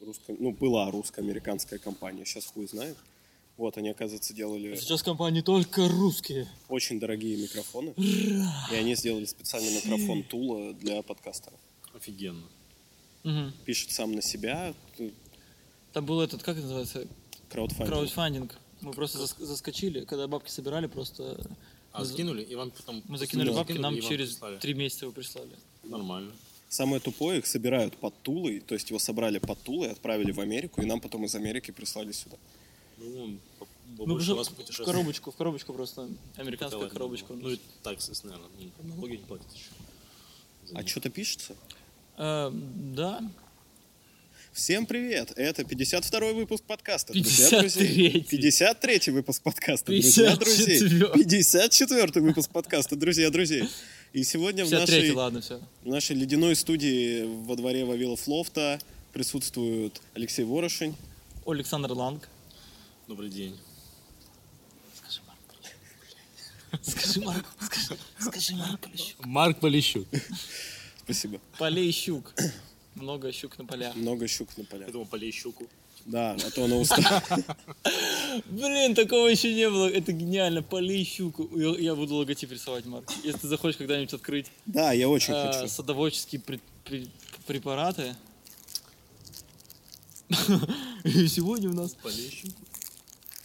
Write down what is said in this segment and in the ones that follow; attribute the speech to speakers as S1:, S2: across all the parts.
S1: русско... ну, была русско-американская компания, сейчас хуй знает. Вот, они, оказывается, делали
S2: Сейчас компании только русские.
S1: очень дорогие микрофоны. И они сделали специальный микрофон Тула для подкастера.
S3: Офигенно.
S2: Мгм.
S1: Пишет сам на себя, ты-
S2: Там был этот, как это называется,
S1: краудфандинг.
S2: краудфандинг. Мы просто заск- заскочили, когда бабки собирали, просто
S3: А скинули, и вам потом...
S2: мы закинули
S1: Да.
S2: бабки,
S3: закинули,
S2: нам
S3: и вам
S2: через
S3: прислали.
S2: три месяца его прислали.
S3: Нормально.
S1: Самое тупое, их собирают под Тулой, то есть его собрали под Тулой, отправили в Америку, и нам потом из Америки прислали сюда.
S3: Ну,
S2: Ну,
S3: больше
S2: уже
S3: вас
S2: в
S3: путешествовать.
S2: коробочку, в коробочку просто. Американская
S3: Давай,
S2: коробочка. у
S3: Ну,
S2: нас.
S3: и таксы, наверное. Ну, Налоги не платят еще. За
S1: А
S3: них.
S1: что-то пишется?
S2: Э, Да,
S1: Всем привет! Это 52-й выпуск подкаста.
S2: 53-й.
S1: 53 выпуск подкаста, друзья, друзей.
S2: 54-й.
S1: 54-й выпуск подкаста, друзья, друзей. И сегодня в
S2: 53
S1: нашей,
S2: ладно, все.
S1: в нашей ледяной студии во дворе Вавилов Лофта присутствуют Алексей Ворошень,
S2: Александр Ланг.
S3: Добрый день.
S2: Скажи Марк Полищук. Скажи Марк, скажи, скажи Марк Полищук.
S3: Марк Полищук.
S1: спасибо,
S2: Полей щук. Много щук на полях.
S1: много щук на полях.
S3: Я думал, Полищуку.
S1: Да, а то она устала.
S2: Блин, такого еще не было. Это гениально. Полей щуку. Я, я буду логотип рисовать, Марк. Если ты захочешь когда-нибудь открыть
S1: Да, я очень
S2: э,
S1: хочу.
S2: садоводческие пред- пред- препараты. И сегодня у нас...
S3: Полищуку.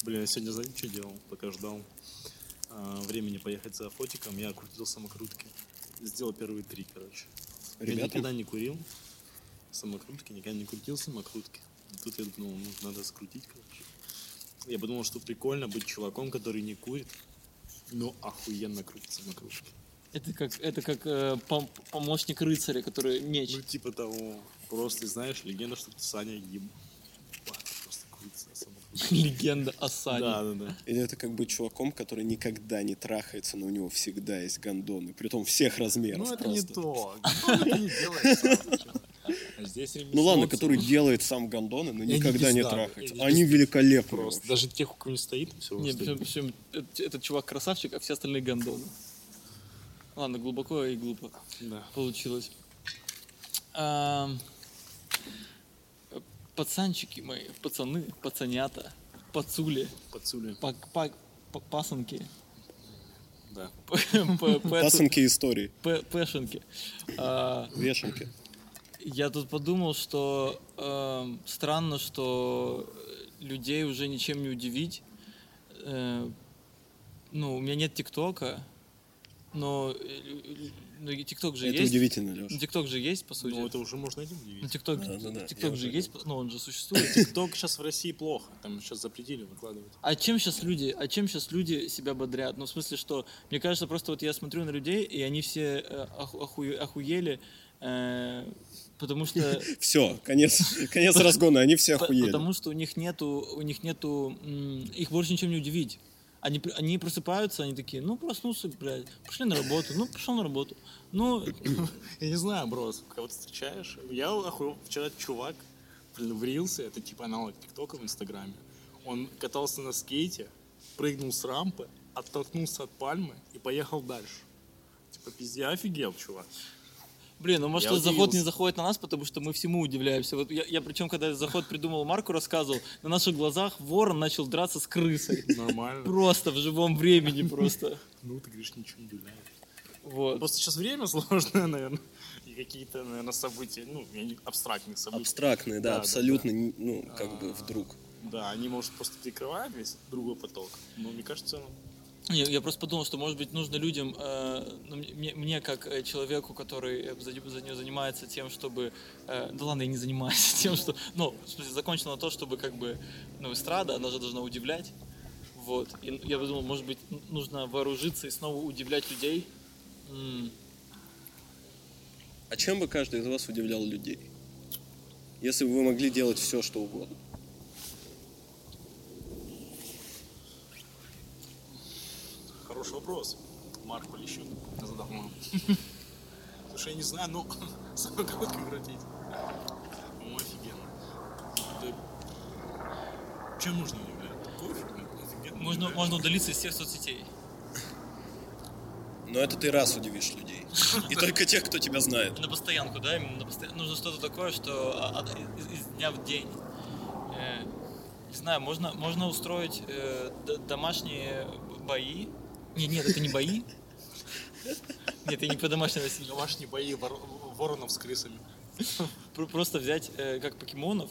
S3: Блин, я сегодня знаете, что делал, пока ждал а, времени поехать за фотиком, я крутил самокрутки. Сделал первые три, короче. Я
S1: Ребята,
S3: никогда не курил самокрутки, никогда не крутил самокрутки. И тут я думал, ну, надо скрутить, короче. Я подумал, что прикольно быть чуваком, который не курит, но охуенно крутит самокрутки.
S2: Это как, это как э, пом- помощник рыцаря, который меч.
S3: Ну, типа того. Просто, знаешь, легенда, что Саня еб... Просто крутится самокрутки.
S2: Легенда о Сане.
S3: Да, да, да.
S1: Или это как быть чуваком, который никогда не трахается, но у него всегда есть гондоны, притом всех размеров
S3: Ну, это не
S1: просто.
S3: то. Ну, ты не делаешь сам, чувак. А Здесь
S1: Ну ладно,
S3: ремесло
S1: который делает сам гондоны, но
S3: Я
S1: никогда
S3: не
S1: не
S3: пизда,
S1: трахается.
S3: я не
S1: Они великолепны.
S3: Просто.
S1: вообще.
S3: Даже тех, у кого не стоит, все
S2: Не, причем, причем этот, э, этот чувак красавчик, а все остальные гандоны. Ладно, глубоко и глупо
S3: Да.
S2: получилось. Ам, э, Пацанчики мои, пацаны, пацанята, пацули,
S3: Пацули.
S2: пак- пак- па- пасынки,
S3: Да.
S2: п- п-
S3: Ну,
S2: пэту-
S1: Пасынки истории.
S2: пэ- пэшенки. А,
S1: Вешенки.
S2: Я тут подумал, что эм, странно, что э, людей уже ничем не удивить. Э, ну, у меня нет ТикТока, но э, э, ну, и ТикТок же
S1: Это
S2: есть.
S1: удивительно,
S2: Ну,
S1: Леша.
S2: ТикТок же есть, по сути.
S3: Ну, это уже можно этим
S2: Ну,
S3: удивить.
S2: ТикТок,
S1: Да, да, да,
S2: TikTok
S1: я
S2: же
S1: понял.
S2: есть, ну, он же существует.
S3: Тикток сейчас в России плохо. Там сейчас запретили выкладывать.
S2: А чем сейчас люди, а чем сейчас люди себя бодрят? Ну, в смысле, что, мне кажется, просто вот я смотрю на людей, и они все э, оху- охуе- охуели, э, потому что
S1: Все, конец, конец разгона, они все
S2: По-
S1: охуели.
S2: Потому что у них нету, у них нету, м, их больше ничем не удивить. Они, пр- они просыпаются, они такие, ну проснулся, блядь, пошли на работу, ну пошел на работу. Ну,
S3: Я не знаю, бро, кого ты встречаешь. Я охуел, вчера чувак блин, в Рилсе, это типа аналог ТикТока в Инстаграме. Он катался на скейте, прыгнул с рампы, оттолкнулся от пальмы и поехал дальше. Типа, пиздец, офигел, чувак.
S2: блин, ну может
S3: Я
S2: этот заход не
S3: удивился.
S2: заходит на нас, потому что мы всему удивляемся. Вот я, я причем, когда этот заход придумал, Марку рассказывал, на наших глазах ворон начал драться с крысой.
S3: Нормально.
S2: Просто в живом времени просто.
S3: Ну, ты говоришь, ничего не удивляет.
S2: Вот.
S3: Просто сейчас время сложное, наверное, и какие-то, наверное, события, ну, я не- абстрактные события.
S1: Абстрактные, да,
S3: Да, да,
S1: абсолютно, не- ну, как бы вдруг.
S3: Да, они, может, просто перекрывают весь другой поток. Но мне кажется, ну,
S2: Не, Я, просто подумал, что может быть нужно людям, э, ну, мне, мне как э, человеку, который э, за- за- не занимается тем, чтобы, э, да ладно, я не занимаюсь тем, что, ну, в смысле, закончено на то, чтобы как бы, ну, эстрада, она же должна удивлять, вот. И я подумал, может быть н- нужно вооружиться и снова удивлять людей. М,
S1: А чем бы каждый из вас удивлял людей? Если бы вы могли делать все, что угодно.
S3: Хороший вопрос. Марк Полищук задал
S2: ну.
S3: нам. Слушай, я не знаю, ну, самокрутки крутить.
S2: Ну,
S3: По-моему, офигенно. Да, Чем можно удивлять? Кофе? Ну, офигенно
S2: Можно,
S3: удивляет.
S2: можно удалиться из всех соцсетей.
S1: Но это ты раз удивишь людей. И только тех, кто тебя знает.
S2: На постоянку, да? Именно на постоян- Нужно что-то такое, что а, а, из, из дня в день. Э, не знаю, можно, можно устроить э, д- домашние бои. Не, нет, это не бои. Нет, я не про домашнее насилие.
S3: Домашние бои вор- воронов с крысами.
S2: Про- Просто взять, э, как покемонов,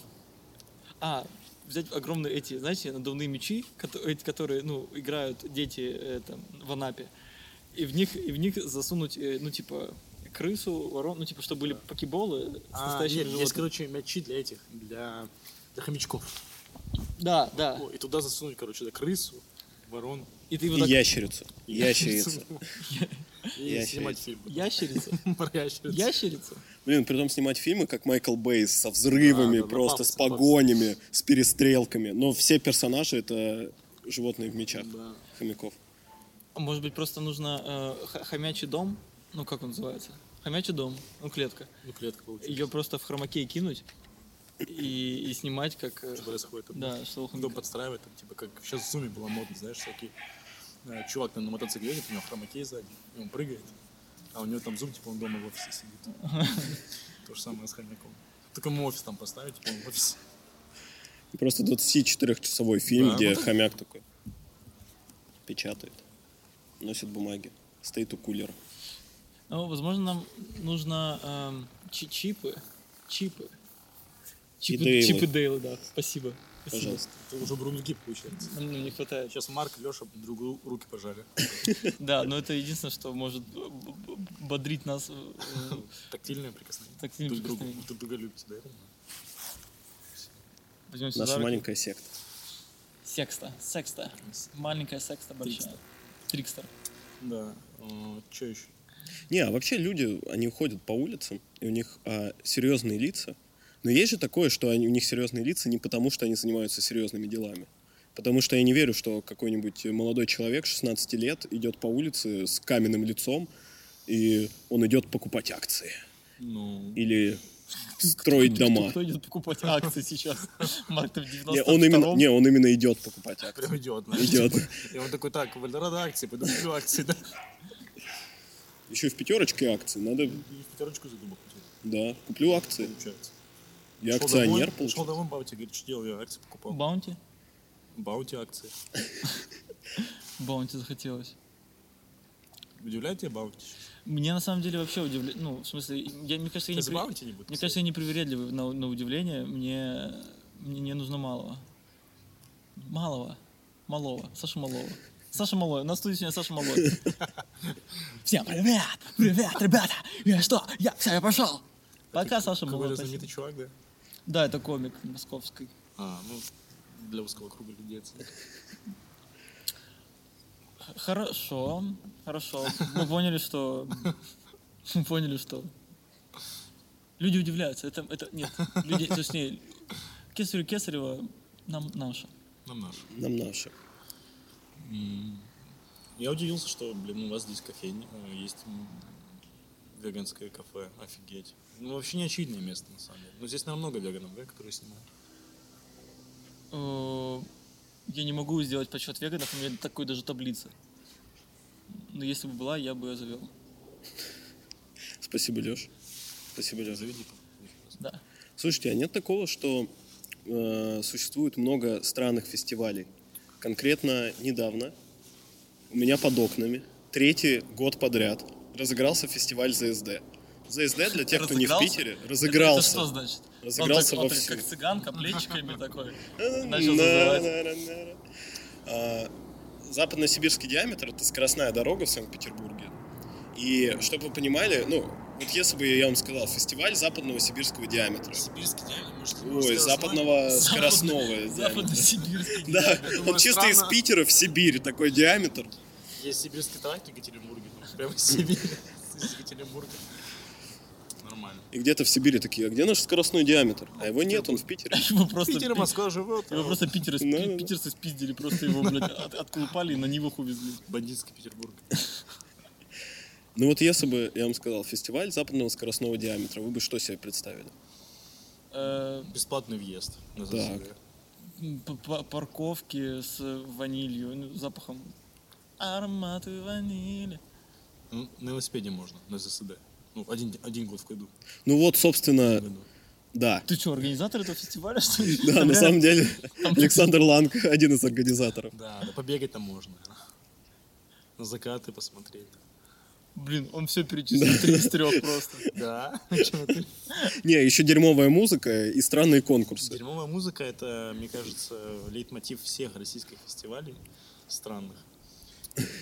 S2: а, взять огромные эти, знаете, надувные мечи, кото- эти, которые, ну, играют дети э, там, в Анапе, и в них, и в них засунуть, э, ну, типа, крысу, ворон, ну, типа, чтобы были покеболы с
S3: А,
S2: настоящими
S3: нет,
S2: животными.
S3: есть, короче, мячи для этих, для, для хомячков.
S2: Да, да.
S3: О, и туда засунуть, короче, да, крысу, ворон
S2: И ты
S1: И
S2: вот так...
S1: ящерицу. Ящерица.
S3: И
S1: Ящерица.
S3: снимать фильм.
S2: Ящерица?
S3: Про ящерицу.
S2: Ящерица?
S1: Блин, притом снимать фильмы, как Майкл Бейс, со взрывами,
S3: А, Да, да, да,
S1: просто
S3: пафос,
S1: с погонями, с перестрелками. Но все персонажи это животные в мечах.
S3: Да.
S1: Хомяков.
S2: А Может быть, просто нужно э, х- хомячий дом? Ну, как он называется? Хомячий дом, ну, клетка.
S3: Ну, клетка получилась.
S2: Ее просто в хромакей кинуть и, и снимать как... э,
S3: Что происходит?
S2: Да, что у
S3: Дом
S2: хомяка.
S3: подстраивает, там, типа, как сейчас в Зуме было модно, знаешь, всякие. э, Чувак там на мотоцикле едет, у него хромакей сзади, и он прыгает. А у него там зум, типа, он дома в офисе сидит. То же самое с хомяком. Только ему офис там поставить, типа, он в офисе.
S1: И Просто 24-часовой фильм,
S3: Да,
S1: где
S3: вот это-
S1: хомяк такой печатает, носит бумаги, стоит у кулера.
S2: Ну, возможно, нам нужно эм, чи- чипы. Чипы. Чипы,
S1: Дейлы.
S2: чипы Дейлы, да. Спасибо. Спасибо.
S1: Пожалуйста.
S3: Это уже брунгип получается.
S2: Нам, нам не хватает.
S3: Сейчас Марк, Леша друг другу руки пожали.
S2: Да, но это единственное, что может б- б- бодрить нас. э,
S3: Тактильное прикосновение.
S2: Тактильное
S3: друг другу.
S2: прикосновение.
S3: Вы друг друга любите, да? я понимаю?
S2: Возьмем сюда
S1: Наша
S2: руки.
S1: маленькая секта.
S2: Секста. Секста. Маленькая секста большая. Трикстер.
S3: Да. А, Че еще?
S1: Не, а вообще люди, они ходят по улицам, и у них а, серьезные лица. Но есть же такое, что они, у них серьезные лица не потому, что они занимаются серьезными делами. Потому что я не верю, что какой-нибудь молодой человек 16 лет идет по улице с каменным лицом, и он идет покупать акции
S3: Ну,
S1: или строить дома.
S2: Кто идет покупать акции сейчас? Марк, ты в 90
S1: Не, он именно, не, он именно идет покупать акции.
S3: прям идет.
S1: Идет.
S3: И он такой, так, в Эльдорадо акции, пойду куплю акции, да?
S1: Еще в пятерочке акции. Надо,
S3: И в пятерочку задумал, получается.
S1: да, куплю акции.
S3: получается.
S1: Я
S3: Шел домой,
S1: акционер
S3: Шел
S1: получил.
S3: домой, Баути говорит, что делал, я акции покупал.
S2: Баунти?
S3: Баути акции.
S2: Баунти захотелось.
S3: Удивляет тебя Баути?
S2: Мне на самом деле вообще удивляет. Ну, в смысле, я, мне кажется, я не...
S3: Сейчас
S2: при-
S3: Баунти не будет.
S2: Мне кажется, я не привередливый на, на удивление. Мне, мне не нужно малого. Малого. Малого. Саша Малого. Саша Малой. У нас в студии сегодня Саша Малой. Всем привет! Привет, ребята! Я что? Я все, я пошел! Пока, Саша Малой.
S3: Какой-то
S2: спасибо.
S3: знаменитый чувак, да?
S2: Да, это комик московский.
S3: А, ну, для узкого круга людей. это-
S2: Х- Хорошо, хорошо. Мы поняли, что... Мы поняли, что... Люди удивляются. Это, это, нет, люди, точнее, Кесарю Кесарева нам наше.
S3: Нам наш.
S1: Нам наши.
S3: Я удивился, что, блин, у вас здесь кофейня, э, есть м, веганское кафе, офигеть. Ну, вообще не очевидное место, на самом деле. Но здесь намного веганов, да, которые снимают.
S2: Э, Я не могу сделать подсчет веганов, у меня такой даже таблица. Но если бы была, я бы ее завел.
S1: Спасибо, Леш. Спасибо, Леш.
S3: Заведи. пожалуйста.
S2: Да.
S1: Слушайте, а нет такого, что э, существует много странных фестивалей? Конкретно недавно у меня под окнами третий год подряд разыгрался фестиваль ЗСД. ЗСД для тех, кто не в
S2: Разыгрался?
S1: Питере,
S2: Это что
S1: разыгрался.
S2: значит?
S1: Разыгрался
S2: он так, он
S1: вовсю.
S2: так, как цыганка, плечиками такой.
S1: Э,
S2: Начал зазывать.
S1: На-на-на-на. А, Западно-сибирский диаметр это скоростная дорога в Санкт-Петербурге. И чтобы вы понимали, ну, вот если бы я вам сказал фестиваль западного сибирского диаметра.
S3: Сибирский диалект, может,
S1: Ой, западного скоростного. диаметра.
S2: Западно-сибирский.
S1: Да,
S3: Я думаю,
S1: он чисто из
S3: странно.
S1: Питера в Сибирь, такой диаметр.
S3: Есть сибирский тракт в Екатеринбурге. ну, Прямо из Сибири, из Екатеринбурга. Нормально.
S1: И где-то в Сибири такие, а где наш скоростной диаметр? А его нет, он в Питере.
S2: Его просто,
S3: Питер,
S2: пи-
S3: Москва а живет.
S2: его просто питерцы,
S1: Да, Ну, да, да.
S2: питерцы спиздили, просто его, блядь, от- отколупали и на Нивах увезли.
S3: Бандитский Петербург.
S1: Ну вот если бы я вам сказал фестиваль западного скоростного диаметра, вы бы что себе представили?
S2: Э,
S3: Бесплатный въезд. на
S1: Так.
S3: ЗСД.
S2: п- п- Парковки с ванилью, ну, запахом ароматы ванили.
S3: Ну, на велосипеде можно, на ЗСД. Ну, один, один год в году.
S1: Ну вот,
S2: А,
S1: собственно,
S3: году.
S1: да.
S2: Ты что, организатор этого фестиваля, что ли?
S1: Да,
S2: Там
S1: на
S2: реально-
S1: самом деле, Александр Ланг один из организаторов.
S3: Да, да побегать там можно. На закаты посмотреть.
S2: Блин, он все перечислил, три из трех просто.
S3: Да.
S1: Не, еще дерьмовая музыка и странные конкурсы.
S3: Дерьмовая музыка — это, мне кажется, лейтмотив всех российских фестивалей странных.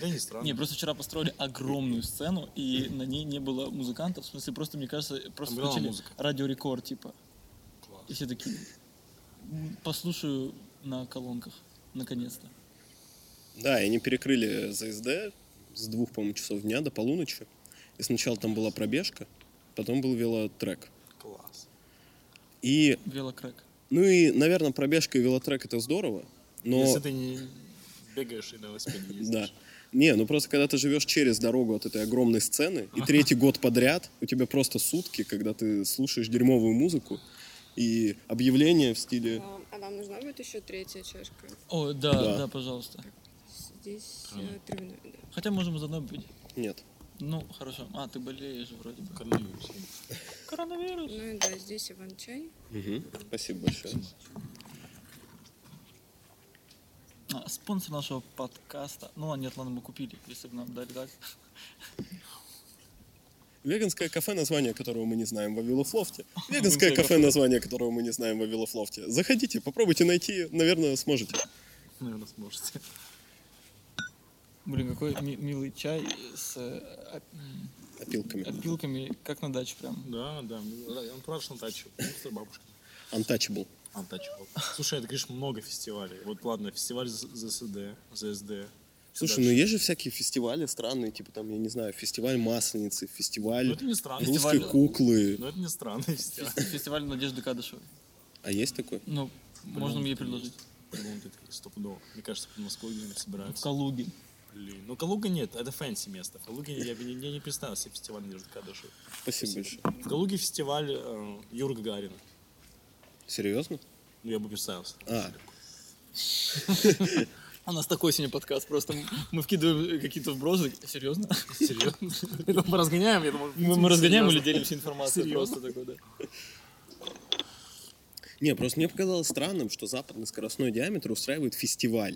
S3: Да не
S2: Не,
S3: странных.
S2: просто вчера построили огромную сцену, и на ней не было музыкантов. В смысле, просто, мне кажется, просто
S3: Там играла
S2: включили
S3: музыка.
S2: радиорекорд, типа.
S3: Класс.
S2: И все такие, «М, послушаю на колонках, наконец-то.
S1: Да, и они перекрыли ЗСД с двух, по-моему, часов дня до полуночи. И сначала там была пробежка, потом был велотрек.
S3: Класс.
S1: И,
S2: Велокрэк.
S1: ну и, наверное, пробежка и велотрек это здорово, но...
S3: Если ты не бегаешь и на велосипеде
S1: Ну, Да.
S3: ездишь.
S1: Не, ну просто когда ты живешь через дорогу от этой огромной сцены, и третий год подряд, у тебя просто сутки, когда ты слушаешь дерьмовую музыку, и объявления в стиле...
S4: А, а вам нужна будет еще третья чашка?
S2: О, да,
S1: Да.
S2: да, пожалуйста.
S4: Здесь э, травяной, да.
S2: Хотя можем заодно быть.
S1: Нет.
S2: Ну, хорошо. А, ты болеешь вроде бы.
S3: Коронавирус.
S2: Коронавирус.
S4: Ну и да, здесь Иван-чай.
S1: Мгм. Спасибо большое.
S2: А, спонсор нашего подкаста. Ну, а нет, ладно, мы купили, если бы нам дали так.
S1: Веганское кафе, название которого мы не знаем, во Вилофлофте.
S3: Ну,
S1: Веганское
S2: кафе.
S1: кафе, название которого мы не знаем, во Вилофлофте. Заходите, попробуйте найти, наверное, сможете.
S3: Наверное, сможете.
S2: Блин, какой ми- милый чай с э, оп- м,
S1: Опилками.
S2: опилками, как на даче прям.
S3: Да, да. Он правда, что он тачил. Быстро бабушка.
S1: Untouchable.
S3: Он тачивал. Слушай, это, конечно, много фестивалей. Вот ладно, фестиваль З- ЗСД, ЗСД.
S1: Слушай, ну
S3: Дальше.
S1: есть же всякие фестивали странные, типа там, я не знаю, фестиваль масленицы,
S3: Ну,
S1: фестиваль
S3: это не странный
S1: русской
S2: фестиваль-
S1: куклы.
S3: Но это не странный фестиваль.
S2: Фес- Фестиваль Надежды Кадышевой.
S1: А есть такой?
S2: Ну, можно мне предложить.
S3: По-моему, где-то есть стопудово. Мне кажется, в Москве где-нибудь
S2: В
S1: Ну,
S3: собираются.
S2: Калуге.
S3: Блин, ну Калуга нет, это фэнси место. В Калуге я бы не, я не представил себе фестиваль Надежды Кадышевой.
S1: Спасибо большое.
S3: В Калуге фестиваль э, Юры Гагарина.
S1: Серьезно?
S3: Ну, я бы представился.
S1: А,
S2: У нас такой сегодня подкаст, просто мы вкидываем какие-то вбросы. Серьезно?
S3: Серьезно? Это мы разгоняем, я думал.
S2: Мы, мы разгоняем или
S3: серьезно.
S2: делимся информацией
S3: Серьезно?
S2: просто такой, да.
S1: не, просто мне показалось странным, что западный скоростной диаметр устраивает фестиваль.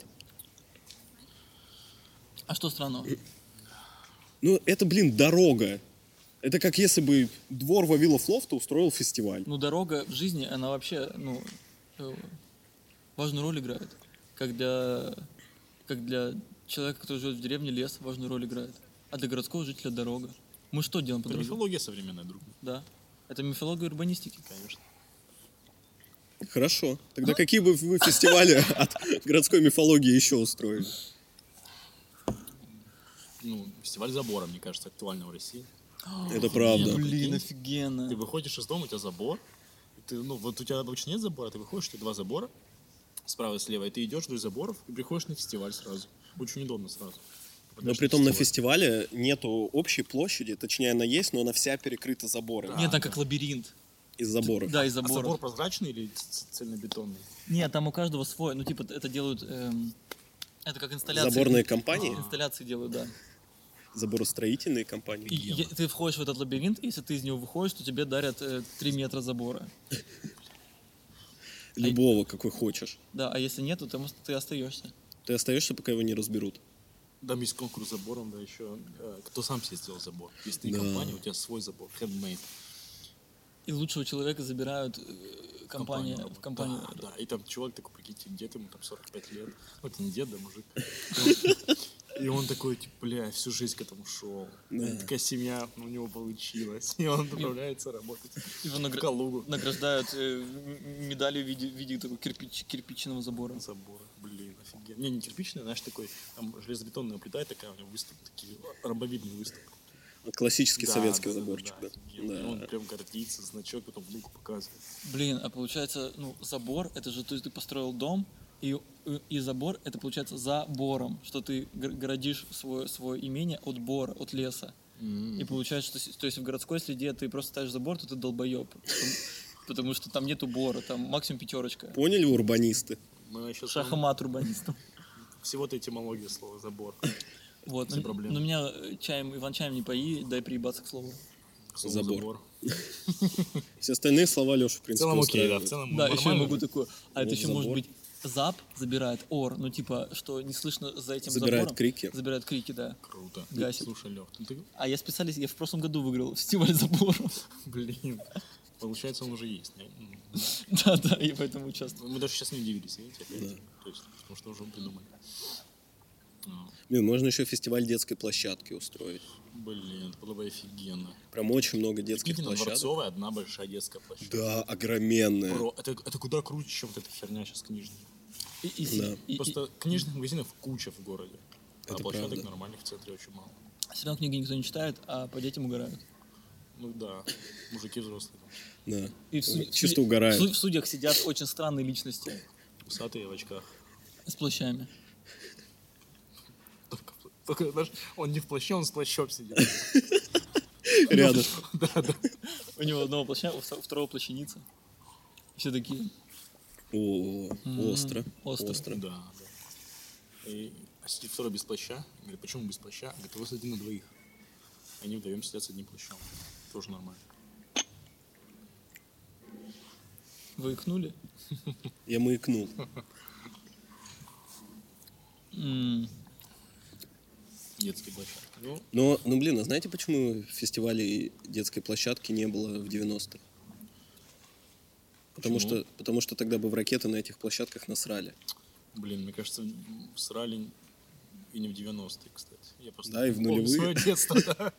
S2: А что странного?
S1: Ну, это, блин, дорога. Это как если бы двор Вавилов Лофта устроил фестиваль.
S2: Ну, дорога в жизни, она вообще, ну, э, важную роль играет. Как для, как для человека, который живет в деревне, лес важную роль играет. А для городского жителя дорога. Мы что делаем по
S3: Это
S2: дороге?
S3: мифология современная, друг. мой,
S2: Да. Это мифология урбанистики.
S3: Конечно.
S1: Хорошо. Тогда
S3: Ну.
S1: какие бы вы фестивали от городской мифологии еще устроили?
S3: Ну, фестиваль забора, мне кажется, актуально в России.
S1: Это
S3: ну,
S1: правда.
S2: Блин,
S3: прикинь.
S2: офигенно.
S3: Ты выходишь из дома, у тебя забор. и Ты, ну, вот у тебя обычно нет забора, ты выходишь, у тебя два забора, справа и слева, и ты идешь вдоль заборов и приходишь на фестиваль сразу. Очень удобно сразу.
S1: Но
S3: Попадаешь
S1: при том на
S3: фестиваль.
S1: фестивале нету общей площади, точнее она есть, но она вся перекрыта заборами.
S2: Нет, там как лабиринт.
S1: Из заборов.
S2: Да, из
S3: А
S2: забора.
S3: забор прозрачный или ц- ц- цельнобетонный?
S2: Нет, там у каждого свой. Ну, типа, это делают... эм, это как инсталляции.
S1: Заборные компании,
S2: Инсталляции делают, да.
S1: заборостроительные
S2: И
S1: компании.
S2: е- ты входишь в этот лабиринт, и если ты из него выходишь, то тебе дарят э, 3 метра забора.
S1: Любого, какой хочешь.
S2: Да, а если нет, то ты, ты остаешься.
S1: Ты остаешься, пока его не разберут.
S3: Там есть конкурс с забором, да, еще. э, Кто сам себе сделал забор? Если ты
S1: Да.
S3: компания, у тебя свой забор, handmade.
S2: И лучшего человека забирают э, компания, в компанию.
S3: Да, да, и там чувак такой, прикиньте, дед ему там 45 лет. Ну, это не дед, да, мужик. И он такой, типа, бля, всю жизнь к этому шел.
S1: Да.
S3: Такая семья у него получилась. И он отправляется работать
S2: Его
S3: в
S2: награ-
S3: Калугу.
S2: награждают э, м- медалью в виде, в виде такого кирпич- кирпичного забора.
S3: Забор, блин, офигенно. Не, не кирпичный, знаешь, такой, там железобетонная плита, и такая у него выступ, такие ромбовидные выступы.
S1: Ну, Классический
S3: Да,
S1: советский
S3: да, да,
S1: заборчик, да.
S3: офигенно. И
S1: Да.
S3: Он прям гордится, значок потом внуку показывает.
S2: Блин, а получается, ну, забор, это же, то есть ты построил дом, и, и- и забор, это получается забором, что ты гр- городишь свое, свое имение от бора, от леса. И получается, что с- то есть в городской среде ты просто ставишь забор, то ты долбоеб. Потому, потому что там нету бора, там максимум пятерочка.
S1: Поняли вы, урбанисты?
S3: Мы сейчас
S2: Шахмат урбанистов.
S3: всего-то этимология слова забор.
S2: Вот,
S3: Все
S2: но,
S3: проблемы.
S2: но меня э, чаем, иван-чаем не пои, дай приебаться к слову.
S3: Слово
S1: Забор. Все остальные слова Леша, в
S3: В
S1: принципе,
S3: целом окей, да,
S1: устраивают.
S3: в целом
S2: да, еще я
S3: нормально.
S2: могу такое. А это
S1: Ну, Вот
S2: еще может
S1: забор.
S2: быть зап забирает ор, ну типа, что не слышно за этим
S1: Забирает
S2: забором.
S1: крики.
S2: Забирает крики, да.
S3: Круто.
S2: Гасит.
S3: Слушай, Лех, ты,
S2: А я специалист, я в прошлом году выиграл фестиваль заборов.
S3: блин, получается, он уже есть. не? М.
S2: Да, да, я поэтому участвую.
S3: Мы даже сейчас не удивились, видите, опять.
S1: Да.
S3: То есть, потому что уже придумали. Ну,
S1: Блин, можно еще фестиваль детской площадки устроить.
S3: Блин, это было бы офигенно.
S1: Прям очень много детских
S3: Прикиньте, на
S1: площадок.
S3: Дворцовой одна большая детская площадка.
S1: Да, огроменная.
S3: Бро, это, это куда круче, чем вот эта херня сейчас книжная.
S2: И- и с-
S1: Да.
S2: и- и-
S3: Просто книжных магазинов куча в городе. а
S1: Это
S3: площадок
S1: правда.
S3: нормальных в центре очень мало.
S2: Все равно книги никто не читает, а по детям угорают.
S3: Ну да, мужики взрослые. там,
S1: Да.
S2: И в суд-
S1: Чисто
S2: и-
S1: угорает.
S2: В, суд- в судьях сидят очень странные личности
S3: Усатые в очках.
S2: с плащами.
S3: Только, только, знаешь, он не в плаще, он с плащом сидит.
S1: Рядом.
S3: Да, да.
S2: У него одного плаща, у вто- второго плащаница. Все такие.
S1: О,
S2: Мгм.
S1: остро.
S2: Остро.
S3: Да, да. И а сидит второй без плаща. Говорит, почему без плаща? Говорит, у вас один на двоих. Они вдвоем сидят с одним плащом. Тоже нормально.
S2: Вы икнули?
S1: Я маякнул.
S2: М,
S3: Детский площадь. Ну,
S1: Но, ну блин, а знаете, почему фестивалей детской площадки не было в 90-е? Потому
S3: Почему?
S1: что, потому что тогда бы в ракеты на этих площадках насрали.
S3: блин, мне кажется, м, срали и не в 90-е, кстати. Я просто
S1: Да, и в
S3: помню
S1: нулевые.
S3: своё детство, да.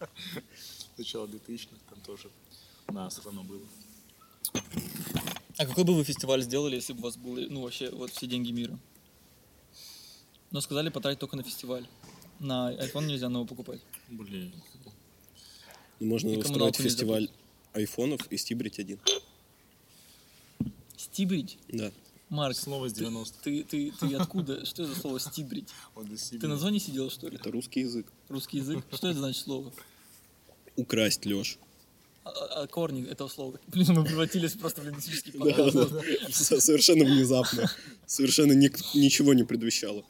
S3: Начало 2000-х, там тоже нас равно было.
S2: А какой бы вы фестиваль сделали, если бы у вас были, ну, вообще, вот все деньги мира? Но сказали потратить только на фестиваль. На iPhone нельзя нового покупать.
S3: Блин.
S1: И Можно
S2: И
S1: устроить
S2: коммуналку нельзя
S1: фестиваль айфонов и стибрить один.
S2: Стибрить?
S1: Да.
S2: Марк,
S3: Слово с 90-х.
S2: ты, ты, ты откуда? Что это за слово стибрить?
S3: Вот до Сибири.
S2: Ты на зоне сидел, что ли?
S1: Это русский язык.
S2: Русский язык? Что это значит слово?
S1: Украсть, Леш.
S2: А- А, а корни этого слова. Блин, мы превратились просто в лингвистический
S1: Да,
S2: подкаст.
S1: да, да. Со- Совершенно внезапно. Совершенно ник- ничего не предвещало.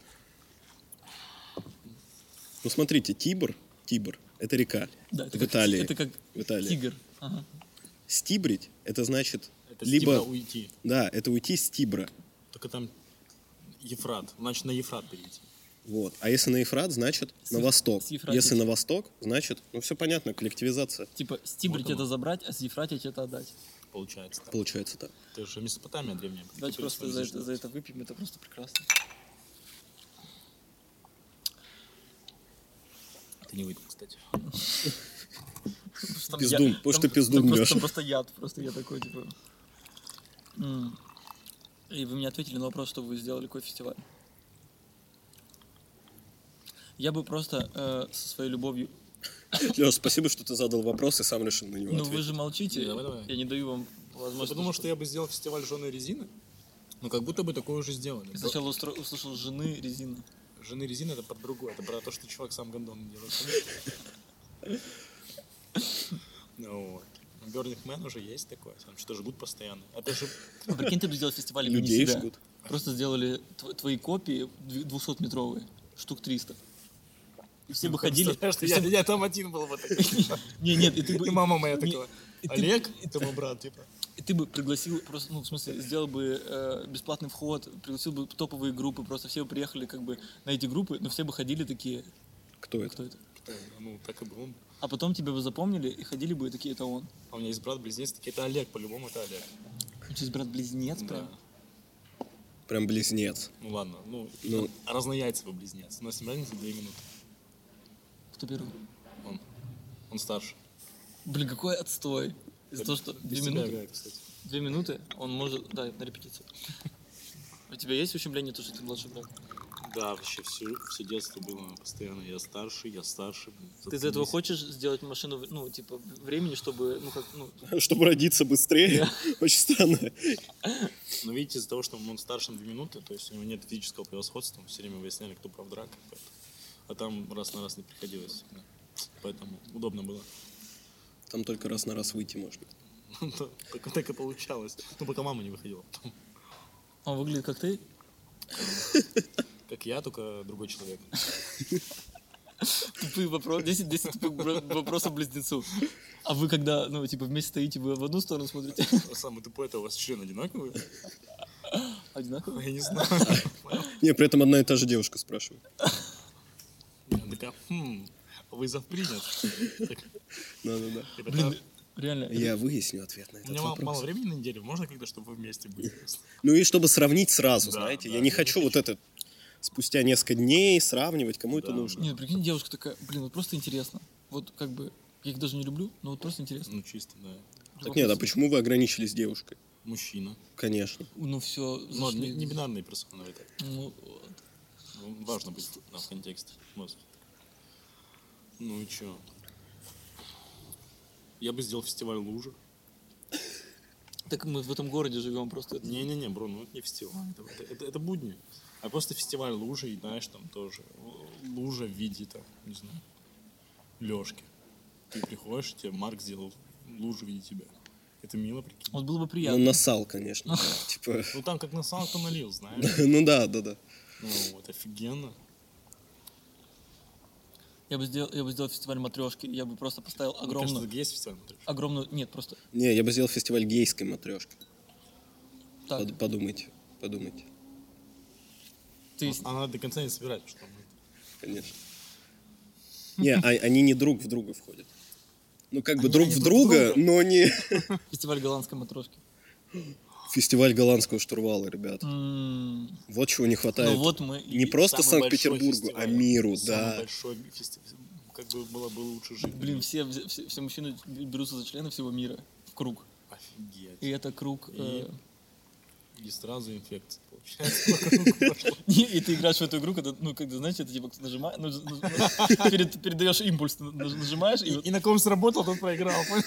S1: Ну смотрите, Тибр, Тибр, это река
S2: Да, это
S1: в
S2: как-
S1: Италии.
S2: Это как
S1: В Италии.
S2: тигр. Ага.
S1: Стибрить, это значит
S3: Это с
S1: либо,
S3: Тибра уйти.
S1: да, это уйти с Тибра,
S3: Только там Ефрат. Значит, на Ефрат перейти.
S1: вот. А если на Ефрат, значит
S2: С
S1: на
S2: Еф-
S1: восток.
S2: с Ефратией.
S1: Если на восток, значит, ну все понятно, коллективизация
S2: Типа стибрить
S3: Вот оно.
S2: это забрать, а зефратить это отдать.
S3: Получается. так.
S1: получается так.
S3: Это же Месопотамия древняя.
S2: Давайте
S3: Теперь
S2: просто
S3: с
S2: за
S3: вами
S2: это, за это выпьем, это просто прекрасно.
S3: Ты не выпил, кстати.
S2: Потому что там
S1: Пиздун,
S2: я-
S1: потому
S2: там-
S1: что пиздун,
S2: там просто-
S1: Лёша.
S2: Там просто яд, просто я такой, типа... М. И вы мне ответили на вопрос, что вы сделали какой фестиваль. Я бы просто э, со своей любовью...
S1: Леш, спасибо, что ты задал вопрос и сам решил на него
S2: Ну вы
S1: ответить.
S2: же молчите,
S3: Не, давай, давай.
S2: я не даю вам возможности.
S3: Я подумал, что я бы сделал фестиваль жженой резины, но как будто бы такое уже сделали.
S2: Я сначала устро- услышал жены резины.
S3: Жены резины это про другое, это про то, что чувак сам гондон делает. Ну вот. Burning Man уже есть такое, там что жгут постоянно. Это же
S2: А прикинь, ты бы сделал фестиваль имени
S1: Людей
S2: себя.
S1: жгут.
S2: Просто сделали тв- твои копии 200-метровые, штук 300. И все бы ходили...
S3: Представляешь, что я, я там один был вот такой.
S2: Не, нет, и ты бы...
S3: И мама моя
S2: не-
S3: такая,
S2: и ты-
S3: Олег, это мой брат, типа.
S2: И ты бы пригласил просто, ну, в смысле, сделал бы э, бесплатный вход, пригласил бы топовые группы, просто все бы приехали как бы на эти группы, но все бы ходили такие,
S1: Кто это?
S2: кто это?
S3: Ну, так и было.
S2: А потом тебя бы запомнили и ходили бы и такие, это он.
S3: А у меня есть брат-близнец, такие, это Олег, по-любому это Олег.
S2: У тебя есть брат-близнец прям.
S3: Да.
S1: Прям близнец.
S3: Ну ладно, ну,
S1: Ну.
S3: разнояйцевый близнец. У нас с ним разница 2 минуты.
S2: Кто первый?
S3: Он, он старше.
S2: Блин, какой отстой. Из-за того, что
S3: Без
S2: две
S3: тебя
S2: минуты,
S3: играет, кстати.
S2: две минуты, он может, да, на репетицию. У тебя есть ущемление, то, что ты младший брат?
S3: Да, вообще все, все детство было постоянно. Я старше, я старше. блин,
S2: Ты из этого
S3: заткнись.
S2: хочешь сделать машину, ну, типа, времени, чтобы, ну, как, ну,
S1: Чтобы родиться быстрее, очень странно.
S3: Но Ну, видите, из-за того, что он старше на 2 минуты, то есть у него нет физического превосходства, мы все время выясняли, кто прав драка. поэтому. А там раз на раз не приходилось всегда. Поэтому удобно было.
S1: Там только раз на раз выйти можно.
S3: Ну, то- Так, так и получалось. Ну, пока мама не выходила.
S2: он выглядит как ты?
S3: Как я, только другой человек.
S2: Тупые вопросы, 10, 10 тупых бро- вопросов близнецу. А вы когда, ну, типа, вместе стоите, вы в одну сторону смотрите?
S3: Самый тупой, это у вас член одинаковый?
S2: Одинаково?
S3: Я не знаю.
S1: Не, при этом одна и та же девушка спрашивает.
S3: Я такая, «Хм, вы запринят.
S1: Да-да-да.
S2: Блин, реально.
S1: Я выясню ответ на
S3: У
S1: этот
S3: меня мало,
S1: вопрос.
S3: мало времени на неделю, можно когда, чтобы вы вместе были?
S1: Ну и чтобы сравнить сразу,
S3: Да,
S1: знаете.
S3: да,
S1: я не
S3: я
S1: хочу вот это спустя несколько дней сравнивать, кому это
S3: Да.
S1: нужно.
S2: Нет, прикинь, девушка такая, блин, вот просто интересно. Вот как бы, я их даже не люблю, но вот просто интересно.
S3: Ну, чисто, да.
S1: Так нет, а почему вы ограничились девушкой?
S3: Мужчина.
S1: Конечно.
S2: Ну все,
S3: Ну, ладно, не, не бинарные персоны, это
S2: Ну, вот.
S3: ну, важно быть да, в контексте. Мозг. Ну и чё? Я бы сделал фестиваль лужи.
S2: Так мы в этом городе живем просто. это-
S3: Не-не-не, бро, ну это не фестиваль, это, это- это- это будни. А просто фестиваль лужи, и знаешь, там тоже л- лужа в виде, там, не знаю, лёжки. Ты приходишь, тебе Марк сделал лужу в виде тебя. Это мило, прикинь.
S2: Вот было бы
S1: Ну,
S2: приятно.
S1: насал, конечно. Типа,
S3: Ну там как на салку налил, знаешь.
S1: ну да, да, да.
S3: Ну вот, офигенно.
S2: Я бы сделал, я бы сделал фестиваль матрешки, я бы просто поставил
S1: Ну,
S3: Мне кажется,
S2: огромную,
S3: есть фестиваль на Трёшке.
S2: огромную, нет, просто
S1: Не, я бы сделал фестиваль гейской матрешки.
S2: так.
S1: Под- Подумайте, подумайте,
S2: Ты
S3: А надо до конца не собирать, потому что мы-
S1: конечно. Не, а- они не друг в друга входят. Ну, как бы
S2: Они-
S1: друг
S2: они
S1: в
S2: друг
S1: друга, но не...
S2: фестиваль голландской матрошки.
S1: Фестиваль голландского штурвала, ребят.
S2: М,
S1: Вот чего не хватает.
S2: М-м. Ну вот мы. и-
S1: Не просто
S3: Самый большой
S1: Санкт-Петербургу, а
S3: фестиваль.
S1: миру,
S3: Самый
S1: да.
S3: большой фестиваль. Как бы было бы лучше жить.
S2: Блин, все, вз- все, все мужчины берутся за члены всего мира в круг.
S3: Офигеть.
S2: И это круг. э,
S3: И сразу инфекция получается. вокруг пошла.
S2: И, и ты играешь в эту игру, когда, ну, когда, знаешь, это типа нажимаешь, ну, ну, перед- передаешь импульс, наж- нажимаешь, и вот
S3: И на ком сработал, тот проиграл. понял?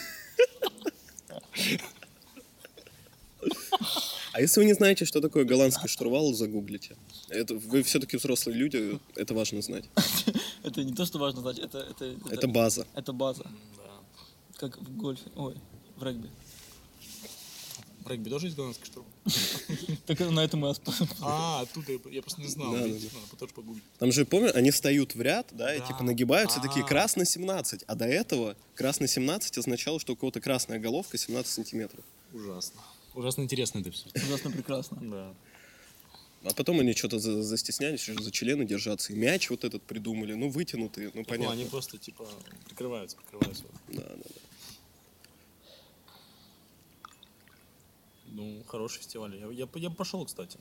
S1: А если вы не знаете, что такое голландский штурвал, загуглите. Это, вы все-таки взрослые люди, это важно знать.
S2: это не то, что важно знать, это, это, это,
S1: Это база.
S2: это база.
S3: Да.
S2: Как в гольфе, ой, в регби.
S3: В Регби тоже есть голландский штурм?
S2: Так на этом мы
S3: А, оттуда я- я просто не знал.
S1: Да, да,
S3: видите, Надо тоже погуглить.
S1: Там же, помню, они встают в ряд, да, и
S3: Да.
S1: типа нагибаются, и такие
S3: А.
S1: красный 17. А до этого красный 17 означало, что у кого-то красная головка 17 сантиметров.
S3: Ужасно. Ужасно интересно это все.
S2: ужасно прекрасно.
S3: Да.
S1: А потом они что-то за- застеснялись, что за члены держаться. И мяч вот этот придумали, ну вытянутые, ну
S3: Понятно. Они
S1: понятно.
S3: просто типа прикрываются, прикрываются.
S1: Да, да, да.
S3: Ну, хороший фестиваль. Я, я, я пошел, кстати.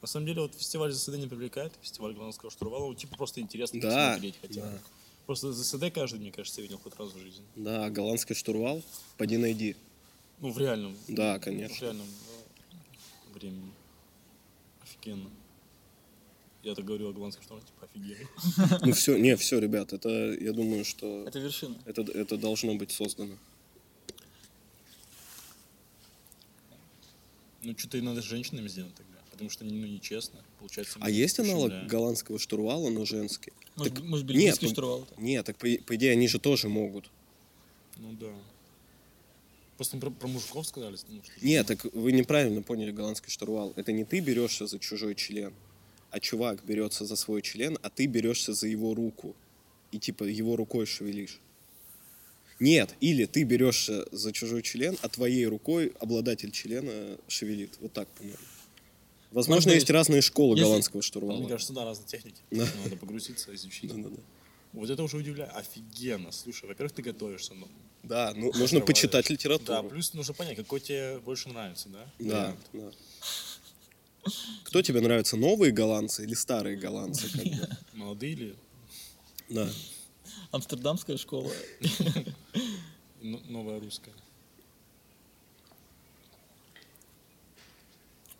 S3: На самом деле, вот фестиваль ЗСД не привлекает, фестиваль голландского штурвала, ну, типа просто интересно
S1: Да,
S3: посмотреть хотя бы.
S1: да.
S3: Просто ЗСД каждый, мне кажется, видел хоть раз в жизни.
S1: Да, голландский штурвал, поди найди.
S3: Ну, в реальном.
S1: Да,
S3: В
S1: конечно.
S3: реальном э, времени. Офигенно. Я так говорил о голландском штурвале, типа офигенно.
S1: Ну все, не, все, ребят, это, я думаю, что
S2: Это вершина.
S1: это, это должно быть создано.
S3: Ну, что-то и надо с женщинами сделать тогда, потому что, ну, нечестно. Получается,
S1: А
S3: мы
S1: есть аналог
S3: ущемляем.
S1: голландского штурвала, но женский?
S2: Может,
S1: Так-
S2: б- может,
S1: нет,
S2: бельгийский
S1: ну-
S2: штурвал.
S1: Не, так по, по идее они же тоже могут.
S3: Ну, да. Просто мы про, про мужиков сказали. ну, что-
S1: Нет, так вы неправильно поняли голландский штурвал. Это не ты берешься за чужой член, а чувак берется за свой член, а ты берешься за его руку. И типа его рукой шевелишь. Нет, или ты берешься за чужой член, а твоей рукой обладатель члена шевелит. Вот так, по-моему. Возможно,
S2: Можно
S1: есть
S2: Ну, есть.
S1: разные школы
S2: Если-
S1: голландского
S3: Мне
S1: штурвала.
S3: кажется, да, разные техники. Типа,
S1: Да.
S3: Надо погрузиться, изучить.
S1: Да-да-да.
S3: Вот это уже удивляет. Офигенно. Слушай, во-первых, ты готовишься. Ну,
S1: Да, ну, нужно почитать
S3: да,
S1: литературу.
S3: плюс нужно понять, какой тебе больше нравится, да?
S1: Да,
S3: Вариант.
S1: да. Кто тебе нравится, новые голландцы или старые голландцы? как бы?
S3: Молодые или
S1: Да.
S2: Амстердамская школа.
S3: но- ну, новая русская?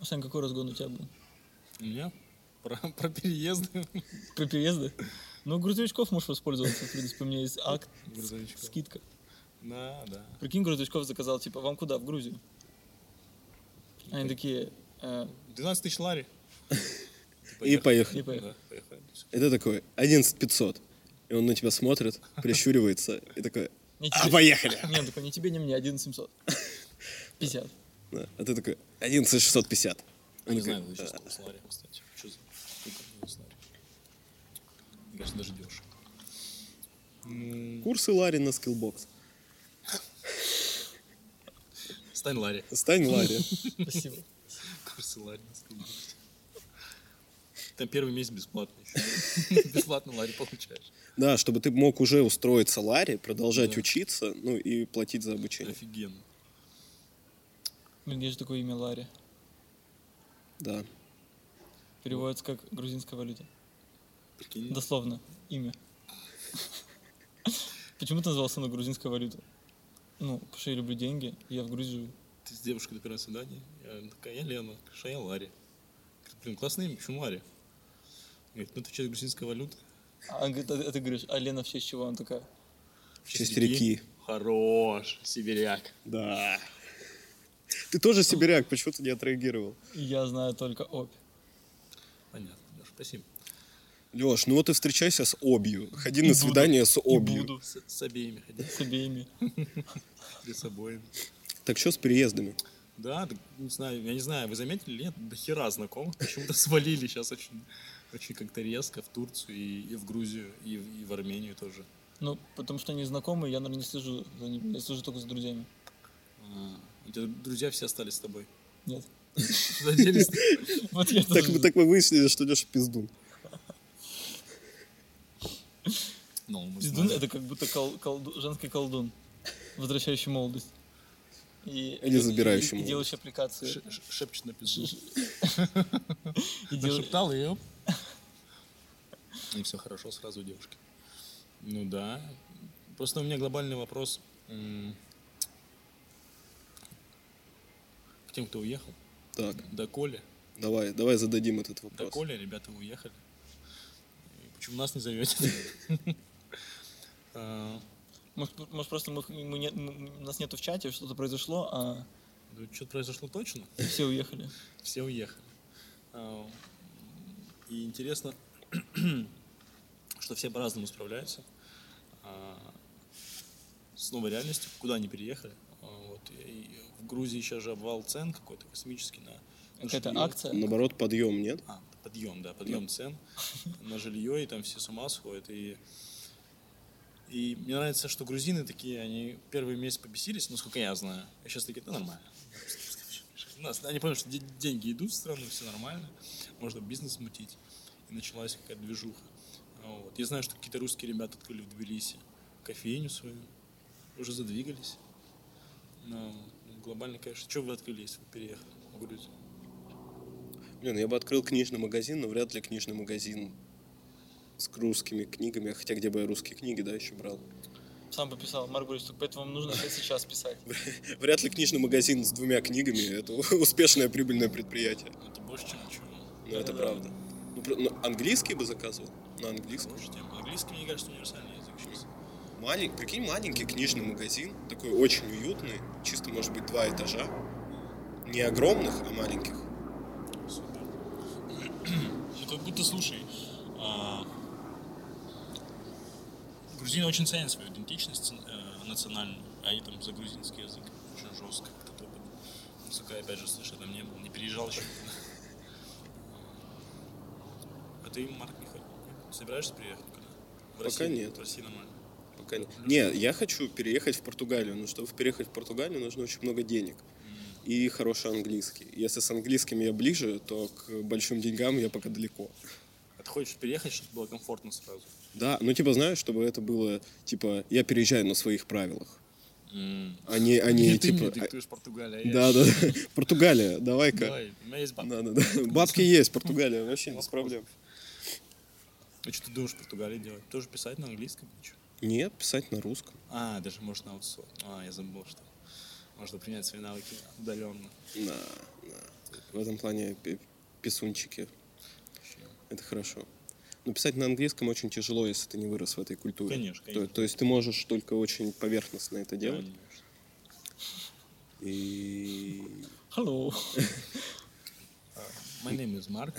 S2: Сань, какой разгон у тебя был?
S3: У меня про, про переезды
S2: Про переезды? Ну, грузовичков можешь воспользоваться, в принципе, у меня есть акт,
S3: грузовичков.
S2: скидка.
S3: Да, да.
S2: Прикинь, грузовичков заказал, типа, вам куда, в Грузию? Они такие, э,
S3: 12 тысяч лари.
S1: И поехали.
S2: и поехали.
S3: Да, поехали.
S1: Это такой 11 500. И он на тебя смотрит, прищуривается и такой,
S2: Не
S1: а
S2: тебе.
S1: поехали.
S2: Не, он такой, не тебе, не мне, 11700. 50.
S1: Да. А ты такой, 11 650.
S3: Я
S1: Он
S3: не
S1: такой,
S3: знаю, сейчас
S1: «А,
S3: сколько с лари, кстати. Что за штука с лари? Мне кажется, даже дешево. М,
S1: Курсы Ларина Skillbox.
S3: Стань Ларри.
S1: Стань Ларри.
S2: Спасибо.
S3: Курсы Ларри. на Skillbox. Там первый месяц бесплатно еще. Бесплатно Ларри получаешь.
S1: Да, чтобы ты мог уже устроиться Ларри, продолжать учиться, ну и платить за обучение.
S3: Офигенно.
S2: Блин, Ну, есть же такое имя Ларри.
S1: Да.
S2: Переводится как грузинская валюта.
S3: Прикинь.
S2: Дословно. Имя. Почему ты назвался на грузинской валюта? Ну, потому что я люблю деньги, и я в Грузии живу.
S3: Ты с девушкой на первое свидание. Я она такая, я Лена, конечно, я Ларри. Говорит, блин, классное имя, почему Ларри? Говорит, ну это часть грузинская валюта.
S2: А, говорит, а, ты- а ты говоришь, а Лена в честь чего? Она такая,
S1: В честь реки.
S3: Хорош, сибиряк.
S1: Да. Ты тоже сибиряк, почему ты не отреагировал?
S2: я знаю только Опь.
S3: Понятно, Леша, спасибо.
S1: Леш, ну вот и встречайся с обью. Ходи на свидание с
S2: И
S1: обью.
S2: буду
S3: С, с обеими ходить,
S2: с обеими.
S3: с обоими.
S1: Так что с переездами?
S3: Да, так, не знаю, я не знаю, вы заметили, или нет, до хера знакомых почему-то свалили сейчас очень, очень как-то резко в Турцию и, и в Грузию, и, в- и в Армению тоже.
S2: Ну, потому что они знакомые, я, наверное, не слежу за ними. Я слежу только за друзьями.
S3: А, у тебя друзья все остались с тобой.
S2: Нет.
S3: Куда делись?
S2: Вот я
S1: Так,
S2: тоже-
S1: мы- так мы выяснили, что Леша пиздун.
S3: Ну, мы
S2: Пиздун —
S3: знаем.
S2: это как будто кол- колду- женский колдун, возвращающий молодость. И,
S1: Или забирающий
S2: и- и, и
S1: молодость.
S2: делающий аппликации.
S3: Ш- ш- шепчет на пизду.
S1: а
S2: И дел-
S3: Зашептал и оп. И все хорошо сразу у девушки. Ну да. Просто у меня глобальный вопрос м, к тем, кто уехал.
S1: Так,
S3: До Коли.
S1: давай, давай зададим этот
S3: До
S1: вопрос.
S3: Коли ребята уехали. И почему нас не зовете? А,
S2: Может, может, просто мы, мы не- мы- нас нету в чате, что-то произошло, а
S3: ну, Что-то произошло точно.
S2: все уехали.
S3: Все уехали. А, И интересно, что все по-разному справляются а, с новой реальностью, куда они переехали. А, Вот. и- и в Грузии сейчас же обвал цен какой-то космический на, на
S2: Какая-то
S3: жильё.
S2: акция.
S1: Наоборот, подъем, нет?
S3: А, подъем, да, подъем цен на жилье, и там все с ума сходят. И, и мне нравится, что грузины такие, они первый месяц побесились, насколько я знаю. А сейчас такие, да нормально. У нас- Они поняли, что де- деньги идут в страну, все нормально, можно бизнес мутить. И началась какая-то движуха. А Вот. Я знаю, что какие-то русские ребята открыли в Тбилиси кофейню свою, уже задвигались. Но ну, глобально, конечно, что вы открыли, если вы переехали в Грузию?
S1: Блин, я бы открыл книжный магазин, но вряд ли книжный магазин с русскими книгами, а хотя где бы я русские книги, да, еще брал.
S2: Сам пописал, Марк Борисович, только поэтому вам нужно опять сейчас писать.
S1: Вряд ли книжный магазин с двумя книгами – это успешное прибыльное предприятие.
S3: «Ну, Это больше, чем ничего.
S1: Но это
S2: Да-да-да.
S1: правда. Ну, про- ну, английский бы заказывал? На английском.
S3: Слушай, тема. Английский, мне кажется, универсальный язык сейчас.
S1: Малень- прикинь, маленький книжный магазин, такой очень уютный, чисто, может быть, два этажа. Не огромных, а маленьких.
S3: Супер. Ну, как будто, слушай, а, грузины очень ценят свою идентичность э, национальную, а они там за грузинский язык очень жестко кто топит. Насколько я, опять же, слышал, там не был, не переезжал еще. А ты, Марк, не ходишь? Собираешься приехать никуда? В
S1: Пока
S3: Россию?
S1: нет.
S3: В России нормально.
S1: Пока не. не, я хочу переехать в Португалию, но чтобы переехать в Португалию, нужно очень много денег и хороший английский. Если с английским я ближе, то к большим деньгам я пока далеко.
S3: А ты хочешь переехать, чтобы было комфортно сразу?
S1: Да, ну типа знаешь, чтобы это было, типа, я переезжаю на своих правилах. а Они, они,
S3: Не ты мне
S1: типа...
S3: диктуешь Португалия, а я-
S1: Да, да, Португалия, давай-ка.
S3: Давай, у меня есть
S1: Да,
S3: бабка.
S1: да, да. Бабки есть, Португалия, вообще без проблем.
S3: А что ты думаешь Португалии делать? Тоже писать на английском? Ничего.
S1: Нет, писать на русском.
S3: А, даже можно аутсорс. А, я забыл, что можно принять свои навыки удаленно.
S1: Да, да. В этом плане пи- писунчики. Это хорошо. Но писать на английском очень тяжело, если ты не вырос в этой культуре.
S3: Конечно,
S1: То-
S3: конечно.
S1: То, есть ты можешь только очень поверхностно это делать. И...
S2: Hello,
S3: My name is Mark.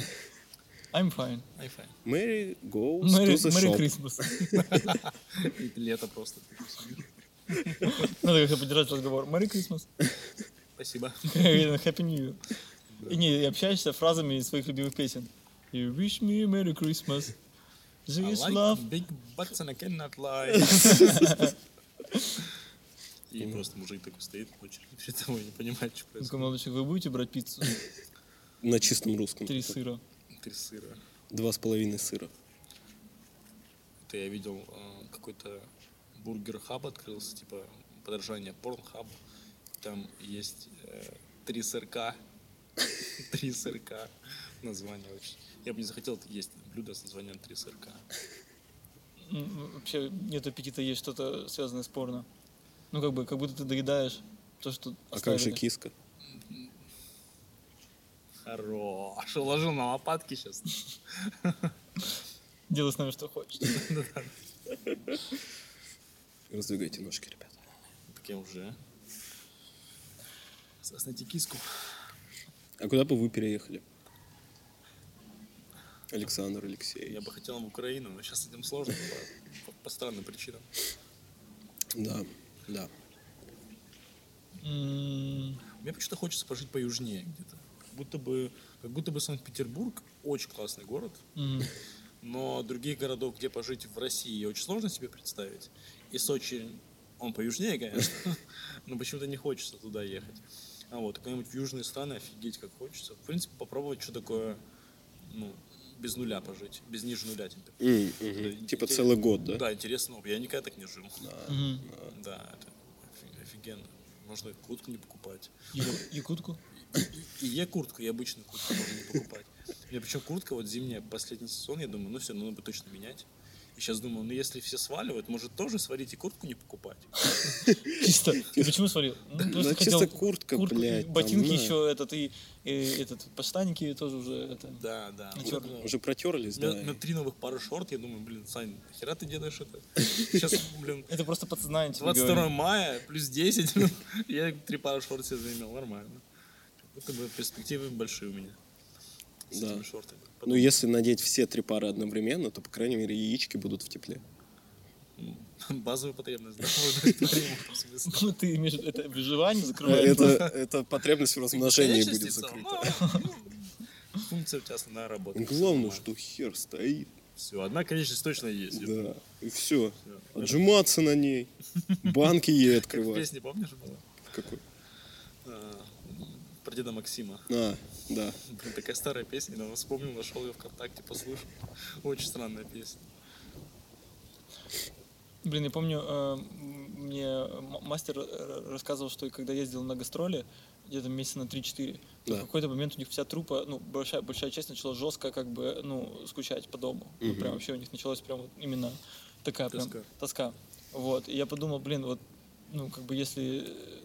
S2: I'm fine.
S3: I fine.
S1: Mary goes
S2: Merry
S1: to the
S2: Merry
S1: shop.
S2: Christmas.
S3: И Лето просто.
S2: Надо как-то поддержать разговор. Merry Christmas.
S3: Спасибо.
S2: Happy New Year. И не, и общаешься фразами из своих любимых песен. You wish me a Merry Christmas.
S3: I
S2: Just
S3: like
S2: love.
S3: А big butts and I cannot lie. И просто мужик такой стоит в очереди перед тобой, не понимает, что
S2: Он такой,
S3: происходит.
S2: молодой человек, Ну, вы будете брать пиццу?
S1: На чистом русском.
S2: Три сыра.
S3: Три сыра.
S1: Два с половиной сыра.
S3: Это я видел, э, какой-то бургер-хаб открылся, типа подражание порнхаб. Там есть э, три сырка. Три сырка. Название очень. Я бы не захотел есть блюдо с названием три сырка.
S2: М, Ну, Вообще нет аппетита есть что-то связанное с порно. Ну, как бы, как будто ты доедаешь то, что
S1: А как же
S2: оставили.
S1: киска?
S3: Хорош. Уложил на лопатки сейчас.
S2: Делай с нами что хочешь.
S1: Раздвигайте ножки, ребята.
S3: Так я уже. Сосните киску.
S1: А куда бы вы переехали? Александр, Алексей.
S3: Я бы хотел в Украину, но сейчас с этим сложно по, по- по странным причинам.
S1: Да, да.
S2: М,
S3: Мне почему-то хочется пожить поюжнее где-то. Как будто бы, как будто бы Санкт-Петербург очень классный город,
S2: м.
S3: но других городов, где пожить в России, очень сложно себе представить. И Сочи, он поюжнее, конечно, но почему-то не хочется туда ехать. А вот, куда-нибудь в южные страны офигеть как хочется. В принципе, попробовать, что такое, ну, без нуля пожить, без ниже нуля теперь.
S1: М,
S3: Да,
S1: мгм. Типа
S3: те-
S1: целый год,
S3: Да,
S1: да?
S3: интересный опыт. Я никогда так не жил.
S2: Мгм.
S3: Да, это офи- офигенно. Можно и куртку не покупать.
S2: Яку- Якутку?
S3: И я куртку, и обычную куртку можно не покупать. У меня причем куртка вот зимняя, последний сезон, я думаю, ну все, надо бы точно менять. И сейчас думаю, ну если все сваливают, может тоже сварить и куртку не покупать.
S2: Чисто. Ты Почему смотрел? Ну,
S1: Да
S2: просто
S1: чисто
S2: хотел
S1: куртка,
S2: куртку,
S1: блядь. там,
S2: Ботинки
S1: на.
S2: еще, этот, и э, этот, подштанники тоже уже, это...
S3: Да, да.
S2: Ну,
S3: Вот
S2: чёрт.
S3: на-
S1: Уже протерлись,
S3: у меня-
S1: да.
S3: у меня три новых пары шорт, я думаю, блин, Сань, нахера ты делаешь это? Сейчас, блин,
S2: Это просто подсознание тебе
S3: 22
S2: говорит.
S3: мая, плюс 10, я три пары шорт себе заимел, нормально. Это бы перспективы большие у меня. С
S1: Да.
S3: этими шортами.
S1: Ну, если надеть все три пары одновременно, то, по крайней мере, яички будут в тепле.
S3: Базовая потребность. да, вот это время, в смысле.
S2: Ну, ты имеешь... Это выживание закрывает.
S1: Это, это потребность в размножении
S3: Конечно,
S1: будет
S3: естественно,
S1: закрыта.
S3: ну, Функция у тебя основная работа.
S1: Главное, что хер стоит.
S3: Все, одна конечность точно есть. я
S1: Да. И все.
S3: понял.
S1: Отжиматься на ней. Банки ей
S3: Как в
S1: открывать.
S3: песне, помнишь, было?
S1: Какой?
S3: А, Про деда Максима.
S1: А, да.
S3: Блин, такая старая песня, но вспомнил, нашел ее ВКонтакте, послушал. Очень странная песня.
S2: Блин, я помню, э, м, мне м- мастер э, рассказывал, что когда ездил на гастроли, где-то месяца на 3-4, то
S1: Да.
S2: в какой-то момент у них вся трупа, ну, большая, большая часть начала жестко как бы, ну, скучать по дому. Ну,
S1: Мгм.
S2: прям вообще у них началась прям вот именно такая прям
S3: Тоска.
S2: тоска. Вот, и я подумал, блин, вот, ну, как бы если э,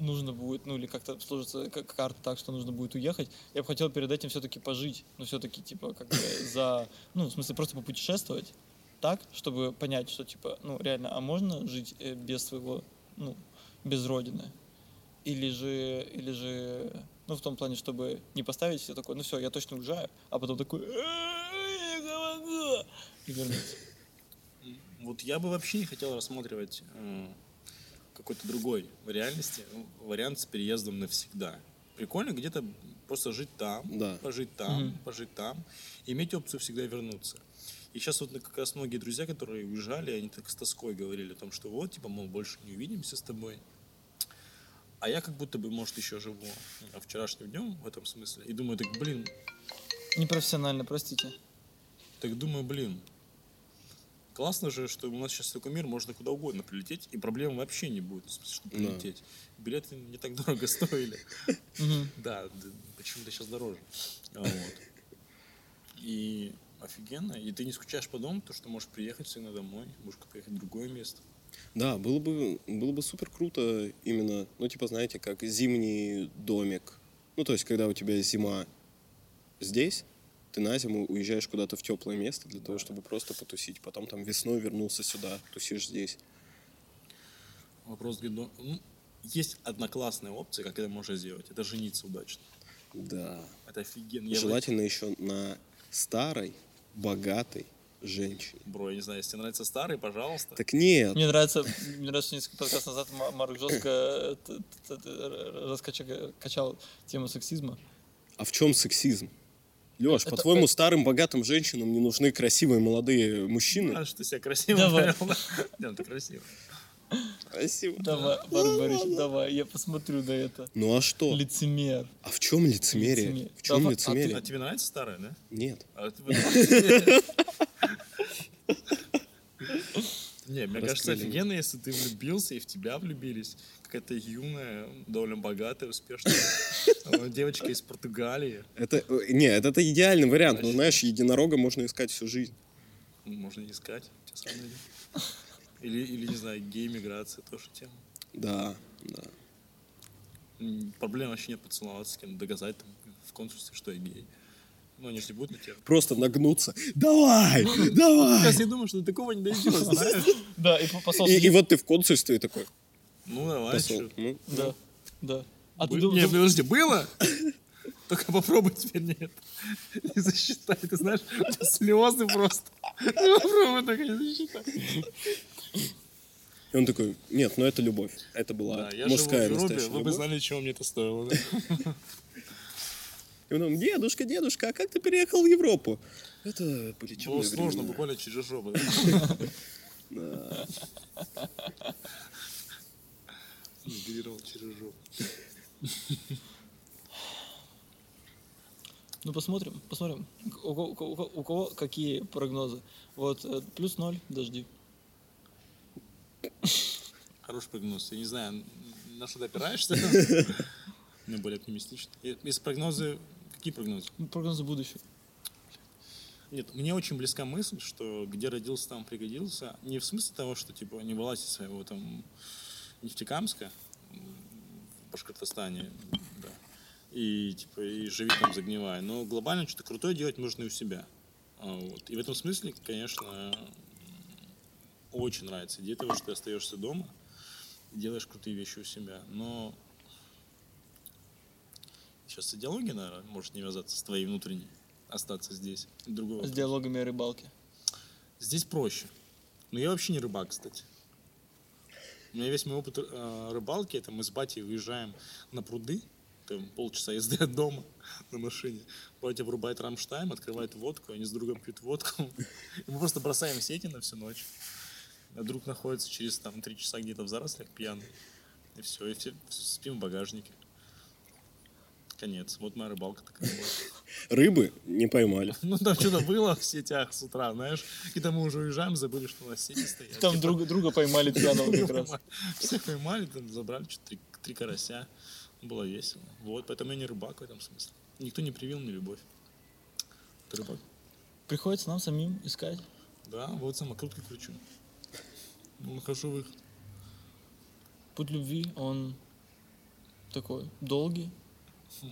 S2: нужно будет, ну, или как-то сложится к- карта так, что нужно будет уехать, я бы хотел перед этим все-таки пожить, ну, все-таки, типа, как бы за, ну, в смысле, просто попутешествовать так, чтобы понять, что, типа, ну, реально, а можно жить э, без своего, ну, без родины? Или же, или же, ну, в том плане, чтобы не поставить себе такое, ну, все, я точно уезжаю, а потом такой, «Э, я не могу», и вернуться.
S3: Вот я бы вообще не хотел рассматривать э, какой-то другой в реальности э, вариант с переездом навсегда. Прикольно где-то просто жить там,
S1: Да.
S3: пожить там,
S2: Мгм.
S3: пожить там, и иметь опцию всегда вернуться. И сейчас вот как раз многие друзья, которые уезжали, они так с тоской говорили о том, что вот, типа, мол, больше не увидимся с тобой. А я как будто бы, может, еще живу а вчерашним днем в этом смысле. И думаю, так, блин,
S2: Непрофессионально, простите.
S3: так думаю, блин, классно же, что у нас сейчас такой мир, можно куда угодно прилететь, и проблем вообще не будет, в смысле, что прилететь. Билеты не так дорого стоили.
S2: Мгм.
S3: Да, д- почему-то сейчас дороже. А, Вот. И офигенно. И ты не скучаешь по дому, то что можешь приехать всегда домой, можешь поехать в другое место.
S1: Да, было бы, было бы супер круто именно, ну, типа, знаете, как зимний домик. Ну, то есть, когда у тебя зима здесь, ты на зиму уезжаешь куда-то в теплое место для того, чтобы просто потусить. Потом там весной вернулся сюда, тусишь здесь.
S3: Вопрос, где дом- ну, есть одна классная опция, как это можно сделать. Это жениться удачно.
S1: Да.
S3: Это офигенно. Я бы-
S1: Желательно еще на старой, богатой женщине.
S3: Бро, я не знаю, если тебе нравится старый, пожалуйста.
S1: Так нет,
S2: Мне нравится, мне нравится, что несколько подкастов назад Ма- Марк жестко э, т- т- т- раскача- качал тему сексизма.
S1: а в чем сексизм? Леш, по-твоему, старым богатым женщинам не нужны красивые молодые мужчины?
S3: А что ты себя красиво
S2: Давай.
S3: повел? Нет, ты красиво.
S1: Красиво.
S2: Давай, Барбарич, давай, я посмотрю на это.
S1: Ну а что?
S2: Лицемер.
S1: А в чем лицемерие?
S2: Лицемерие.
S1: В чем
S2: Да, а- а
S3: Ты-
S1: лицемерие?
S3: А тебе нравится старая, да?
S1: Нет.
S3: А ты выдумал. Не, мне кажется,
S1: Раскрыли.
S3: офигенно, если ты влюбился и в тебя влюбились. Какая-то юная, довольно богатая, успешная э, девочка из Португалии.
S1: Это, э, нет, это идеальный вариант. Но знаешь, единорога можно искать всю жизнь.
S3: Можно не искать, сейчас сам найдем. Или, или, не знаю, гей-миграция тоже тема.
S1: Да, да.
S3: М, Проблем вообще нет поцеловаться с кем, доказать там в консульстве, что я гей. Ну, они же не будут на тебя.
S1: Просто нагнуться. Давай, давай.
S3: Сейчас я думаю, что до такого не дойдет, знаешь?
S2: Да, и по- посол.
S1: И, и вот ты в консульстве такой.
S3: Ну, давай,
S1: Посол.
S3: чё.
S1: Ну,
S2: Да, да. А ты
S3: Бы-
S2: дум-
S3: Не,
S2: дум-
S3: подожди, было? Только попробуй теперь нет. Не засчитай, ты знаешь, у тебя слезы просто. Ты попробуй только не засчитай.
S1: И он такой, нет, ну это любовь. Это была
S3: Да, я
S1: мужская
S3: живу в Европе,
S1: настоящая
S3: вы бы
S1: любовь.
S3: знали, чего мне это стоило. да.
S1: И он, нам, дедушка, дедушка, а как ты переехал в Европу? Это были
S3: Было
S1: черные
S3: сложно,
S1: времена.
S3: буквально через жопу. да.
S1: Да.
S3: Мигрировал через жопу.
S2: Ну посмотрим, посмотрим. У кого, у кого- у кого какие прогнозы? Вот э, плюс ноль дожди.
S3: Хороший прогноз. Я не знаю, на что ты опираешься. Ну, более оптимистично. И- Из прогнозы... Какие прогнозы?
S2: Ну, Прогнозы будущего.
S3: Нет, мне очень близка мысль, что где родился, там пригодился. Не в смысле того, что типа не вылазь из своего там Нефтекамска м, в Башкортостане, да, и типа и живи там загнивая. Но глобально что-то крутое делать нужно и у себя. А, вот. И в этом смысле, конечно, м, очень нравится идея того, что ты остаешься дома и делаешь крутые вещи у себя. Но сейчас идеология, наверное, может не вязаться с твоей внутренней, остаться здесь. Другого.
S2: С диалогами о рыбалке.
S3: Здесь проще. Но я вообще не рыбак, кстати. У меня весь мой опыт э, рыбалки, это мы с батей уезжаем на пруды, там полчаса езды от дома на машине. Батя врубает Рамштайн, открывает водку, они с другом пьют водку. И мы просто бросаем сети на всю ночь. А друг находится через там три часа где-то в зарослях пьяный. И все, и все спим в багажнике. Конец. Вот моя рыбалка такая была.
S1: Рыбы не поймали.
S3: Ну, там что-то было в сетях с утра, знаешь. И там мы уже уезжаем, забыли, что у нас сети стоят.
S2: Там
S3: Типа,
S2: друга, друга поймали пьяного как раз.
S3: Всех поймали, там забрали что-то три, три карася. Было весело. Вот, поэтому я не рыбак в этом смысле. Никто не привил мне любовь. Ты рыбак?
S2: Приходится нам самим искать.
S3: Да, вот самокрутки кручу. Ну, нахожу выход.
S2: Путь любви, он такой долгий,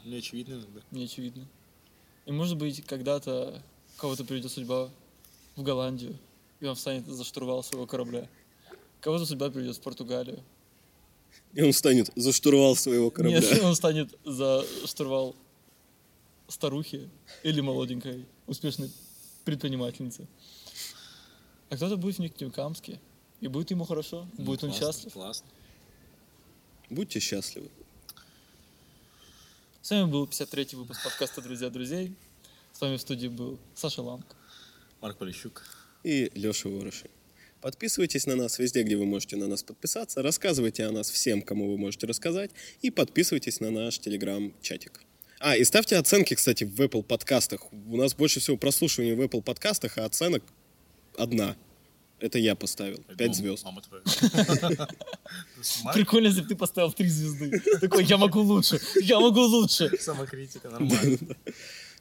S3: Неочевидно иногда.
S2: неочевидный. И может быть, когда-то кого-то приведет судьба в Голландию, и он встанет за штурвал своего корабля. Кого-то судьба приведет в Португалию.
S1: И он встанет за штурвал своего корабля.
S2: Нет, он станет за штурвал старухи или молоденькой успешной предпринимательницы. А кто-то будет в Нефтекамске, и будет ему хорошо,
S3: Ну,
S2: будет он
S3: классно,
S2: счастлив.
S3: Классно.
S1: Будьте счастливы.
S2: С вами был 53-й выпуск подкаста «Друзья друзей». С вами в студии был Саша Ланг.
S3: Марк Полищук.
S1: И Леша Вороши. Подписывайтесь на нас везде, где вы можете на нас подписаться. Рассказывайте о нас всем, кому вы можете рассказать. И подписывайтесь на наш телеграм-чатик. А, и ставьте оценки, кстати, в Apple подкастах. У нас больше всего прослушиваний в Apple подкастах, а оценок одна. Это я поставил. Пять звезд.
S3: Мама твоя. Марк,
S2: Прикольно, если бы ты поставил три звезды. Такой, я могу лучше, я могу лучше.
S3: самокритика, нормально.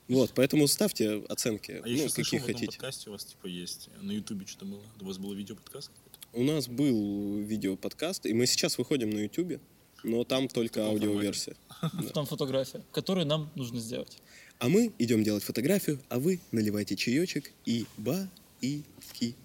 S1: Вот, поэтому ставьте оценки,
S3: А я еще
S1: ну, какие
S3: слышал, в одном
S1: хотите.
S3: подкасте у вас типа есть. На Ютубе что-то было. У вас было видео-подкаст какой-то?
S1: У нас был видеоподкаст, и мы сейчас выходим на YouTube, но там только
S3: таком
S1: аудиоверсия.
S2: Там фотография, которую нам нужно сделать.
S1: А мы идем делать фотографию, а вы наливайте чаечек и ба и ки.